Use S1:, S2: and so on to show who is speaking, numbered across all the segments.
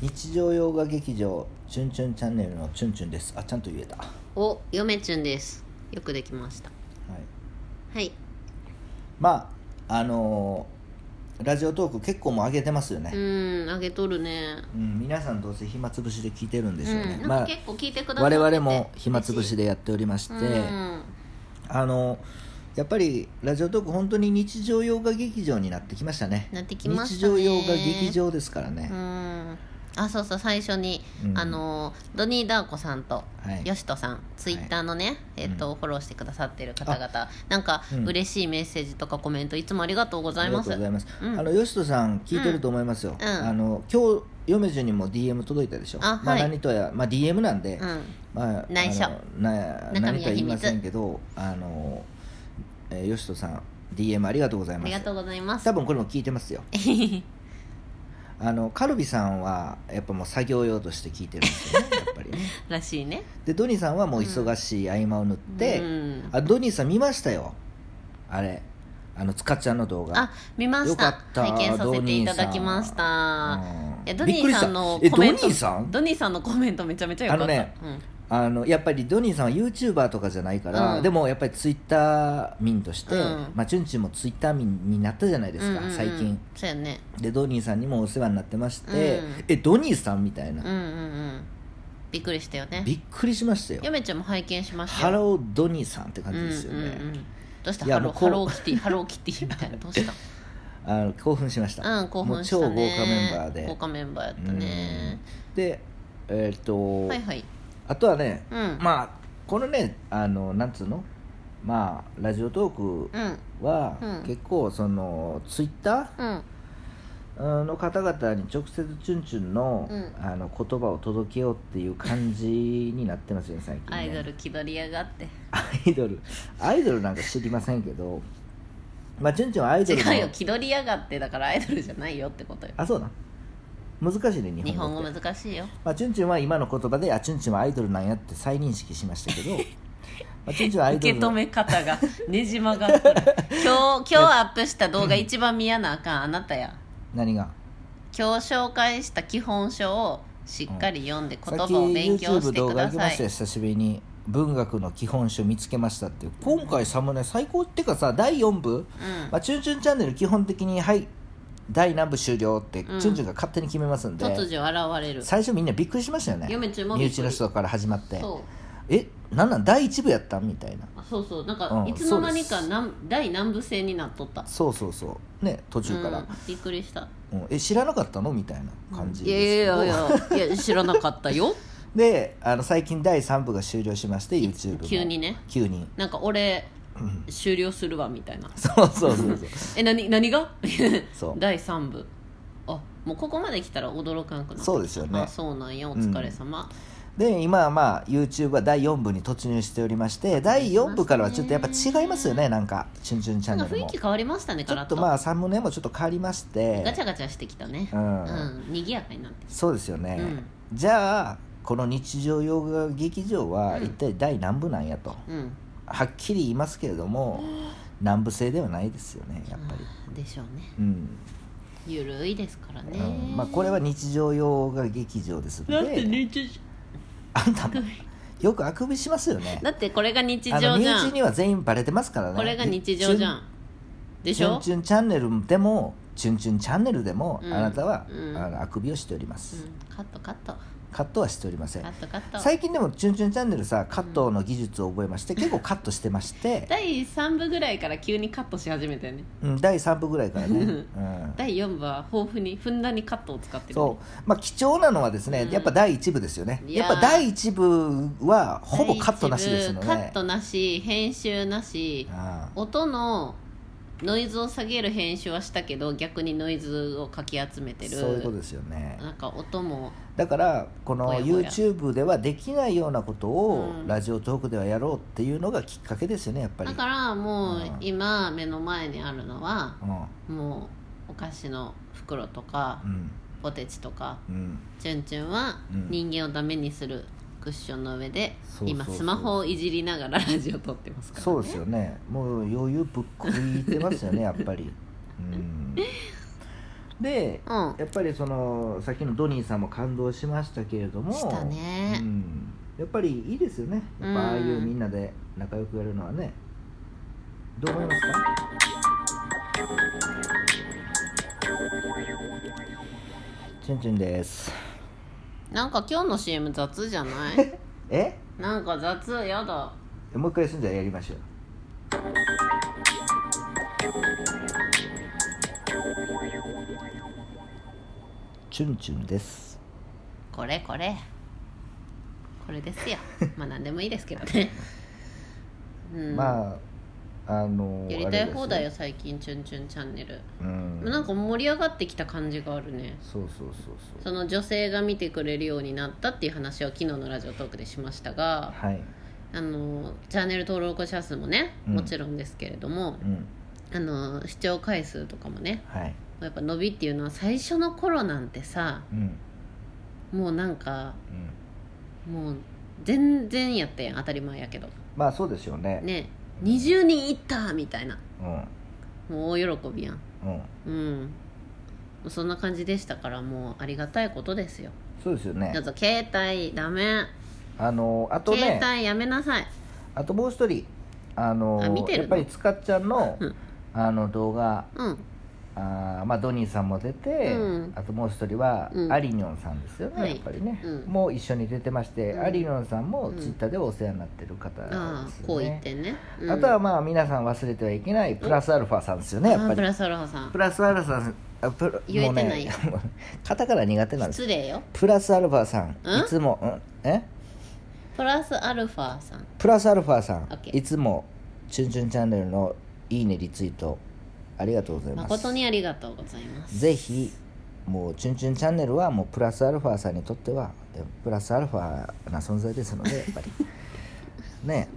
S1: 日常洋画劇場チュンチュンチャンネルのチュンチュンですあちゃんと言えたは
S2: お嫁ちゅんですよくできました
S1: い
S2: はい
S1: まああのーラジオトーク結構もう上げてますよね
S2: う、んあげとるね
S1: うん皆さんどうせ暇つぶしで聞いてるんで
S2: う
S1: しょうね、
S2: ん、なん
S1: ま
S2: か
S1: あ
S2: 結構聞いてくださって
S1: 我
S2: て
S1: 々も暇つぶしでやっておりまして、
S2: うん
S1: あのやっぱりラジオトーク本当に日常洋画劇場になってきましたね
S2: なってきました
S1: 日常
S2: ね
S1: 洋画劇場ですからね、
S2: うんあそうそう最初に、
S1: うん
S2: あのドニー・ダーコさんと、
S1: はい
S2: よしとさんツイッターのね、えっとフォローしてくださってる方々なんか、
S1: うん
S2: 嬉しいメッセージとかコメントいつもありがとうございます
S1: ありがとうございます、
S2: うん
S1: あの吉人さん聞いてると思いますよ、
S2: うん
S1: あの今日嫁順にも DM 届いたでしょ
S2: あ
S1: まあ、
S2: はい
S1: 何とは、まあ、DM なんで、
S2: うん
S1: まあ、
S2: 内緒
S1: あのな
S2: 中身は
S1: 何とは言いませんけどあの、えー、吉人さん DM ありがとうござい
S2: あ
S1: ま
S2: りが
S1: す
S2: とうござい ます
S1: 多分これも聞いてますよあのカルビさんはやっぱもう作業用として聞いてるんですよ ねやっぱりね
S2: らしいね
S1: でドニーさんはもう忙しい合間を縫って、
S2: うん
S1: あドニーさん見ましたよあれあのつかちゃんの動画
S2: あ見ま
S1: よ
S2: し
S1: か
S2: た
S1: った
S2: 拝見させていただきました
S1: うん
S2: いやドニーさんの
S1: びっ
S2: コ
S1: くり
S2: メ
S1: した
S2: ント
S1: えドニーさん
S2: ドニーさんのコメントめちゃめちゃ良かった
S1: あのね
S2: うん
S1: あのやっぱりドニーさんは YouTuber とかじゃないから、
S2: うん
S1: でもやっぱりツイッター民として、
S2: うん
S1: まあ、チュンチュンもツイッター民になったじゃないですか、
S2: うんうんうん
S1: 最近
S2: そうやね
S1: でドニーさんにもお世話になってまして、
S2: うん
S1: えドニーさんみたいな
S2: うん、うんうんびっくりしたよね
S1: びっくりしましたよ
S2: ヨメちゃんも拝見しました
S1: ハ
S2: よ
S1: ロードニーさんって感じですよね、
S2: うんうんうん、どうした
S1: いや
S2: ハロー
S1: も
S2: ハ
S1: う
S2: ロ
S1: こう
S2: ーキティハ ローキティみたいなど うした
S1: あの興奮しました、
S2: うん興奮したね
S1: もう超豪華メンバーで
S2: 豪華メンバーやったね
S1: うんでえーっと、
S2: はいはい
S1: あとはね、
S2: うん
S1: まあこのねあのなんつうのまあラジオトーク
S2: うん
S1: は
S2: うん
S1: 結構そのツイッタ
S2: うん
S1: ーの方々に直接チュンチュンの,、
S2: うん
S1: あの言葉を届けようっていう感じになってますよね最近ね
S2: アイドル気取りやがって
S1: アイドルアイドルなんか知りませんけどまあチュンチュンはアイドルの
S2: 違うよ気取りやがってだからアイドルじゃないよってことよ
S1: あそうだ難しいね日
S2: 日
S1: 本
S2: 本
S1: 語
S2: 語
S1: って
S2: 難しいよ
S1: まあ、チュンチュンは今の言葉であチュンチュンはアイドルなんやって再認識しましたけどまあチュンチュンはアイド
S2: 受
S1: ル
S2: け
S1: の
S2: 止め方がねじ曲がって る今日今日アップした動画一番見やなあかんあなたや
S1: 何が
S2: 今日紹介した基本書をしっかり読んで言葉を勉強し
S1: さっき YouTube
S2: て
S1: 動
S2: く
S1: 画
S2: だ
S1: 行きま
S2: さい
S1: したよ久しぶりに文学の基本書見つけましたっていう今回サムネ最高ってかさ第4部、
S2: うん
S1: まあ、チュンチュンチャンネル基本的にはい第何部終了って、
S2: うん
S1: チュンチュンが勝手に決めますんで
S2: 突如現れる
S1: 最初みんなびっくりしましたよね
S2: 嫁中も
S1: 身
S2: びっく
S1: 内
S2: り
S1: の人から始まって
S2: そう
S1: えなんなん第1部やったんみたいな
S2: あそうそうなん
S1: う
S2: か
S1: ん
S2: いつの間に
S1: そう
S2: か
S1: です
S2: なん第南部制になっとった
S1: そうそうそうね途中から、
S2: うんびっくりした
S1: うんえ知らなかったのみたいな感じ
S2: いやい
S1: ですけど
S2: やいやいや知らなかったよ
S1: であの最近第3部が終了しまして YouTube も
S2: 急にね
S1: 急に
S2: なんか俺、終了するわみたいな
S1: そうそうそうそう
S2: え何何が
S1: そう
S2: 第3部あもうここまで来たら驚かんくなった
S1: そうですよね
S2: あそうなんやお疲れ様、
S1: で今はまあ YouTube は第4部に突入しておりまして第4部からはちょっとやっぱ違いますよねなんか「チュンチュンチャン
S2: な
S1: ネ
S2: んか
S1: ル
S2: 雰
S1: も」
S2: 囲気
S1: ち
S2: 変わりましたね
S1: ょ
S2: ガラ
S1: っ
S2: ッと
S1: とまあサムネもちょっと変わりまし
S2: ガチ
S1: て
S2: ャガチャしてきたね
S1: うん
S2: うん、賑やかになって
S1: そうですよね、
S2: う
S1: じゃあこの日常洋画劇場は一体第何部なんやと、
S2: うん
S1: はっきり言いますけれども南部制ではないですよねやっぱり
S2: でしょうね
S1: うん、
S2: ゆるいですからね、
S1: うんまあ、これは日常洋画劇場ですの
S2: だって
S1: で、
S2: 日常
S1: あんたもよくあくびしますよね
S2: だってこれが日常
S1: あの
S2: じ
S1: 身
S2: ゃ
S1: 内
S2: ん
S1: には全員バレてますからね
S2: これが日常じゃんでしょ
S1: チュンチュンチャンネルでもチュンチュンチャンネルでも、
S2: うん
S1: あなたは、
S2: うん
S1: あのあくびをしております、
S2: うんカットカット
S1: カットはしておりませ
S2: カッ
S1: ん
S2: トカット
S1: 最近でもチュンチュンチャンネルさカットの技術を覚えま して、結構カットしてまして、
S2: 第3部ぐらいから急にカットし始めたよね
S1: うん、第3部ぐらいからね、
S2: う
S1: うんん、
S2: 第4部は豊富にふんだんにカットを使ってるね、
S1: そうまあ貴重なのはですね、
S2: うん
S1: やっぱ第1部ですよね
S2: い
S1: や
S2: や
S1: っぱ
S2: ー
S1: 第1部はほぼカットなしですの
S2: 第一部カ
S1: ね
S2: ットなし編集なし
S1: ああ
S2: 音のノイズを下げる編集はしたけど逆にノイズをかき集めてる
S1: そういうことですよね
S2: なんか音も
S1: だからこの
S2: おやおや
S1: YouTube ではできないようなことを
S2: うん
S1: ラジオトークではやろうっていうのがきっかけですよねやっぱり
S2: だからもう
S1: うん
S2: 今目の前にあるのは
S1: うん
S2: もうお菓子の袋とか
S1: うん
S2: ポテチとか
S1: うん
S2: チュンチュンは
S1: うん
S2: 人間をダメにするクッションの上で、
S1: そうそうそう
S2: 今スマホをいじりながらラジオ撮ってますから、ね、
S1: そうですよ ねもう余裕ぶっこいてますよねやっぱりうんで、
S2: うん
S1: やっぱりそのさっきのドニーさんも感動しましたけれども
S2: したね
S1: うん、やっぱりいいですよねやっぱああいうみんなで仲良くやるのはね、どう思いますかチュンチュンです
S2: なんか今日の CM 雑じゃない
S1: え
S2: なんか雑やだ
S1: もう一回すんじゃやりましょうチュンチュンです
S2: これこれこれですよまあ何でもいいですけどねうん、
S1: まああの
S2: やりた
S1: あれ
S2: い
S1: です
S2: 放題よ最近「チュンチュンチャンネル」
S1: うん
S2: なんか盛り上がってきた感じがあるね
S1: そうそうそうそう
S2: その女性が見てくれるようになったっていう話を昨日のラジオトークでしましたが
S1: はい
S2: あのチャンネル登録者数もね
S1: うん
S2: もちろんですけれども
S1: う、ん
S2: あの視聴回数とかもね
S1: はい
S2: やっぱ伸びっていうのは最初の頃なんてさ
S1: うん
S2: もうなんか
S1: うん
S2: もう全然やってん当たり前やけど
S1: まあそうでしょうね
S2: ね20人いったみたいな
S1: う
S2: もう大喜びやん
S1: んうん
S2: うんそんな感じでしたからもうありがたいことですよ
S1: そうですよね
S2: ちょっと携帯ダメ
S1: あのあと
S2: 携
S1: ね
S2: 帯やめなさい
S1: あともう一人あの
S2: あ見てるの
S1: やっぱりつかっちゃんの
S2: うん
S1: あの動画
S2: うん
S1: あーまあドニーさんも出て、
S2: うん
S1: あともう一人は
S2: うん
S1: アリニョンさんですよね、
S2: はい
S1: やっぱりね、
S2: うん
S1: もう一緒に出てまして、
S2: うん
S1: アリニョンさんも
S2: うん
S1: ツイッターでお世話になってる方ですよ
S2: あ
S1: ね
S2: あこう言ってね、うん
S1: あとはまあ皆さん忘れてはいけないプラスアルファさんですよねやっ
S2: ああ
S1: ぱ
S2: プ
S1: り
S2: ラスアルファさん
S1: プラスアルファさんあプラ
S2: 言えてないよ
S1: もうね カタカナ苦手なんです
S2: 失礼よ
S1: プラスアルファさん
S2: うん
S1: いつも、うん、え
S2: プラスアルファさん
S1: プラスアルファさん
S2: OK
S1: いつも「チュンチュンチャンネル」のいいねリツイートありがとうございます
S2: 誠にありがとうございます
S1: ぜひもう「チュンチュンチャンネル」はもうプラスアルファさんにとってはえプラスアルファな存在ですのでやっぱり ね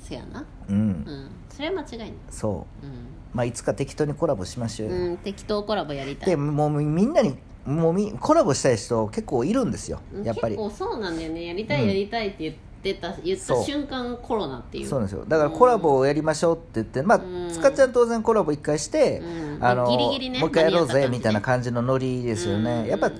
S2: せやな
S1: う
S2: うんんそれは間違いない
S1: そう
S2: う
S1: まあいつか適当にコラボしましょうよ、
S2: ん、うん、適当コラボやりたい
S1: でもうみんなにもうみコラボしたい人結構いるんですよやっぱり
S2: 結構そうなんだよねやりたいやりたいって言ってた、言っ
S1: そ
S2: た
S1: う
S2: 瞬間コロナっていう
S1: そうなんですよだからコラボをやりましょうって言ってまあ
S2: うん
S1: つかちゃん当然コラボ一回して、
S2: うん
S1: あの
S2: ギリギリね
S1: もう一回やろう
S2: 間に
S1: ぜ
S2: 合った感じね
S1: みたいな感じのノリですよね、
S2: うん
S1: やっぱ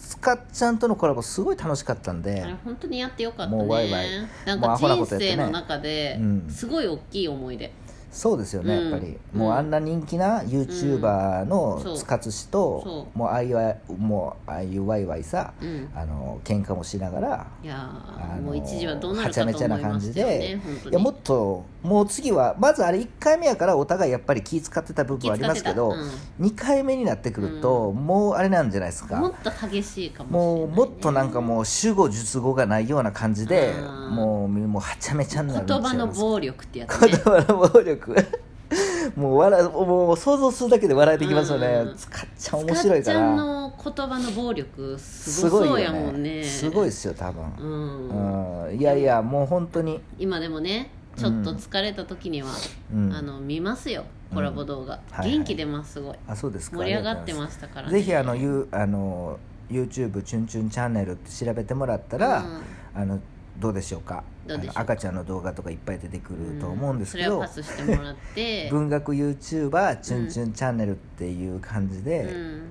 S1: つかちゃんとのコラボすごい楽しかったんで、
S2: あれ本当にやってよかったね
S1: もうワイワイ
S2: なん
S1: もう
S2: か
S1: アホな
S2: 人
S1: ことやってね
S2: 生の中で
S1: うん
S2: すごい大きい思い出、
S1: そうですよね、
S2: うん
S1: やっぱり
S2: うん
S1: もうあんな人気な YouTuber の
S2: そう
S1: つかつしと、
S2: そう
S1: もうああいうわもうああいうワイワイさ、
S2: うん
S1: あの喧嘩もしながら
S2: いやー
S1: あの
S2: もう一時はどうな
S1: は
S2: る
S1: ちゃ
S2: か
S1: め
S2: と
S1: ちゃな
S2: 思い
S1: 感
S2: ま
S1: じ
S2: したよ
S1: で
S2: ね本当
S1: い
S2: に
S1: やもっともう次はまずあれ1回目やからお互いやっぱり気使ってた部分はありますけど、
S2: 気使って
S1: 2回目になってくると、もうあれなんじゃないですか
S2: もっと激しいか
S1: も
S2: も
S1: う
S2: しれない、ね、
S1: もっとなんかもう主語述語がないような感じで
S2: うん
S1: もうもうはちゃめちゃになるんです
S2: 言
S1: よ
S2: 葉の暴力ってやつ
S1: 言
S2: ね
S1: 葉の暴力もう笑うもう想像するだけで笑えてきますよね
S2: うん
S1: 使っちゃ面白いか
S2: スカッちゃ
S1: ら
S2: んの言葉の暴力す
S1: す
S2: ご
S1: ご
S2: そう
S1: い
S2: やも
S1: よ
S2: んね
S1: ねすごいですよ多分
S2: うん、
S1: うんいやいやもう本当に
S2: 今でもねちょっと疲れた時には、
S1: うん
S2: あの見ますよコラボ動画、
S1: はいはい
S2: 元気出ますすごい
S1: あそうですか
S2: 盛り上がって
S1: ありがとうござい
S2: ましたか
S1: ま
S2: ら、ね、
S1: すぜひあのゆあの YouTube「チュンチュンチャンネル」って調べてもらったら、
S2: うん
S1: あのどうでしょうか
S2: どうでしょう
S1: あの赤ちゃんの動画とかいっぱい出てくると思うんですけど、
S2: それはパスしてもらって
S1: 文学 YouTuber チュンチュンチャンネルっていう感じ
S2: う
S1: で
S2: ん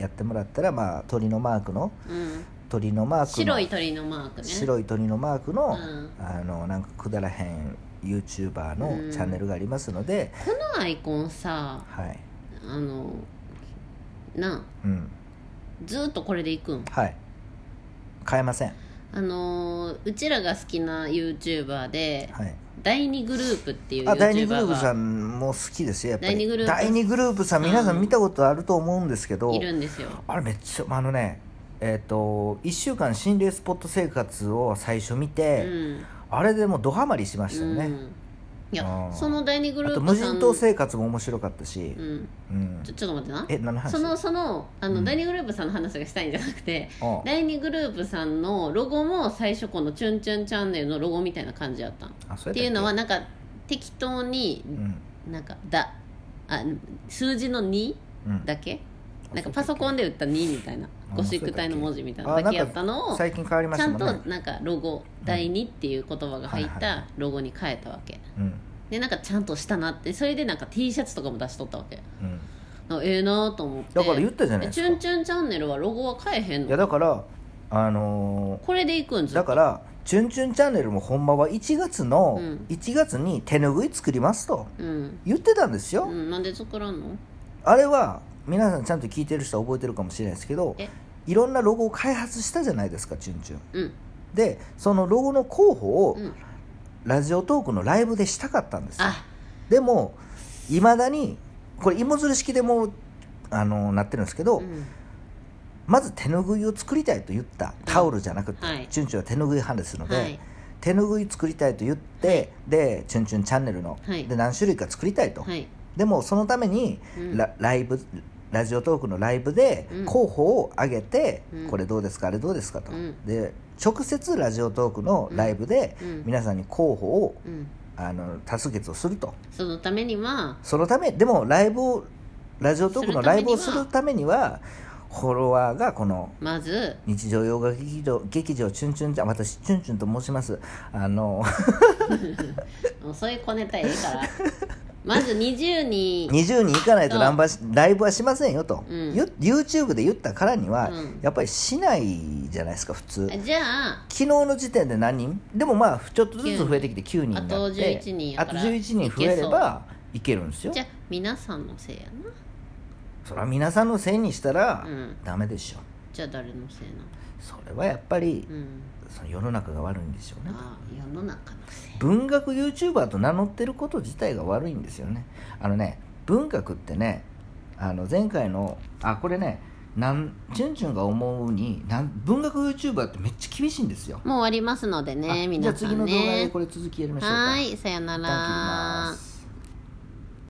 S1: やってもらったら、まあ鳥のマークの
S2: うん、
S1: 鳥のマークの
S2: 白い鳥のマークね
S1: 白い鳥のマークの,、
S2: うん
S1: あのなんかくだらへん YouTuber のチャンネルがありますので、
S2: このアイコンさ
S1: はい、
S2: あのな
S1: うん、
S2: ずーっとこれでいくん
S1: はい変えません
S2: あのーうちらが好きな YouTuber で、
S1: はい
S2: 第2グループっていう YouTuber が
S1: あ第2グループさんも好きですよやっぱり
S2: 第二グループ
S1: 第二グループさん皆さん見たことあると思うんですけど、
S2: いるんですよ
S1: あれめっちゃあのねえっ、と1週間心霊スポット生活を最初見
S2: う
S1: て、
S2: ん、
S1: あれでもうドハマりしましたよ
S2: う
S1: ね、
S2: ん、いや
S1: あー
S2: その第2グル
S1: あ
S2: ー
S1: と
S2: プ
S1: 無
S2: さん
S1: 人島生活も面白かったし
S2: う、ん、
S1: うん
S2: ちょちょっと待ってな
S1: え何の話
S2: そのそのあの、
S1: うん
S2: 第2グループさんの話がしたいんじゃなくて
S1: うん
S2: 第2グループさんのロゴも最初この「チュンチュンチャンネル」のロゴみたいな感じやったんっ
S1: あそやったっけ
S2: ていうのはなんか適当に
S1: うん
S2: なんか「だ」あ数字の2
S1: うん
S2: だけなんかパソコンで打った2みたいな
S1: あ
S2: ゴシック体の文字みたいなだけやった
S1: あ
S2: のを
S1: なんか最近変わりまし
S2: ちゃ
S1: た
S2: ん
S1: もんね
S2: となんかロゴ「第2」っていう言葉が入
S1: はい
S2: っ
S1: はいは
S2: たロゴに変えたわけ
S1: うん
S2: でなんかちゃんとしたなってそれでなんか T シャツとかも出しとったわけ
S1: うん
S2: なええなと思って
S1: だから言ったじゃないですか
S2: えチュンチュンチャンネルはロゴは変えへん
S1: いや
S2: の
S1: だからあの
S2: これでいくん
S1: ー
S2: ずっ
S1: だ
S2: と
S1: から「チュンチュンチャンネル」もほんまは1月の
S2: うん
S1: 1月に手ぬぐい作りますと
S2: うん、
S1: 言ってたんですよ、
S2: うん、なんで作らんの
S1: あれは皆さんちゃんと聞いてる人は覚えてるかもしれないですけど
S2: え
S1: いろんなロゴを開発したじゃないですかチュンチュン
S2: うん
S1: でそのロゴの候補を
S2: うん
S1: ラジオトークのライブでしたかったんですよ
S2: あ
S1: でもいまだにこれ芋づる式でもうあのなってるんですけど、
S2: うん
S1: まず手ぬぐいを作りたいと言ったタオルじゃなくて、
S2: はい
S1: チュンチュンは手ぬぐい派ですので、
S2: はい
S1: 手ぬぐい作りたいと言って、で「チュンチュンチャンネルの」
S2: はい
S1: で何種類か作りたいと、
S2: はい
S1: でもそのために
S2: うん
S1: ラ,、ライブラジオトークのライブで
S2: うん
S1: 候補を挙げて、
S2: うん
S1: これどうですかあれどうですかと、
S2: うん
S1: で直接ラジオトークのライブで
S2: うんうん
S1: 皆さんに候補を
S2: うん
S1: あの多数決をすると
S2: そのためには
S1: そのためでもライブをラジオトークのライブをするためにはフォロワーがこの
S2: まず
S1: 日常洋画劇場劇場チュンチュンちゃん私チュンチュンと申しますあの
S2: もうそういう小ネタええから まず20人
S1: 20人行かないと
S2: そう
S1: ランバライブはしませんよと、
S2: うん
S1: ゆ YouTube で言ったからには、
S2: うん
S1: やっぱりしないじゃないですか普通
S2: じゃあ
S1: 昨日の時点で何人でもまあちょっとずつ増えてきて9人になって
S2: あと11人や
S1: あ
S2: か
S1: と
S2: ら
S1: 11人増えればいけるんですよ
S2: じゃあ皆さんのせいやな
S1: それは皆さんのせいにしたら
S2: うん
S1: ダメでしょ、
S2: じゃあ誰のせいなの
S1: それはやっぱり
S2: うん
S1: その世の中が悪いんでしょうね
S2: ああ世の中のせい
S1: 文学 YouTuber と名乗ってること自体が悪いんですよねあのね文学ってねあの前回のあこれねなんチュンチュンが思うになん文学 YouTuber ってめっちゃ厳しいんですよ、
S2: もう終わりますので
S1: あ
S2: ね
S1: じゃあ
S2: 皆さ
S1: 次
S2: ん
S1: の動画で
S2: ね
S1: これ続きやりましょうか
S2: はーいさよな
S1: 一旦切りま
S2: ら
S1: す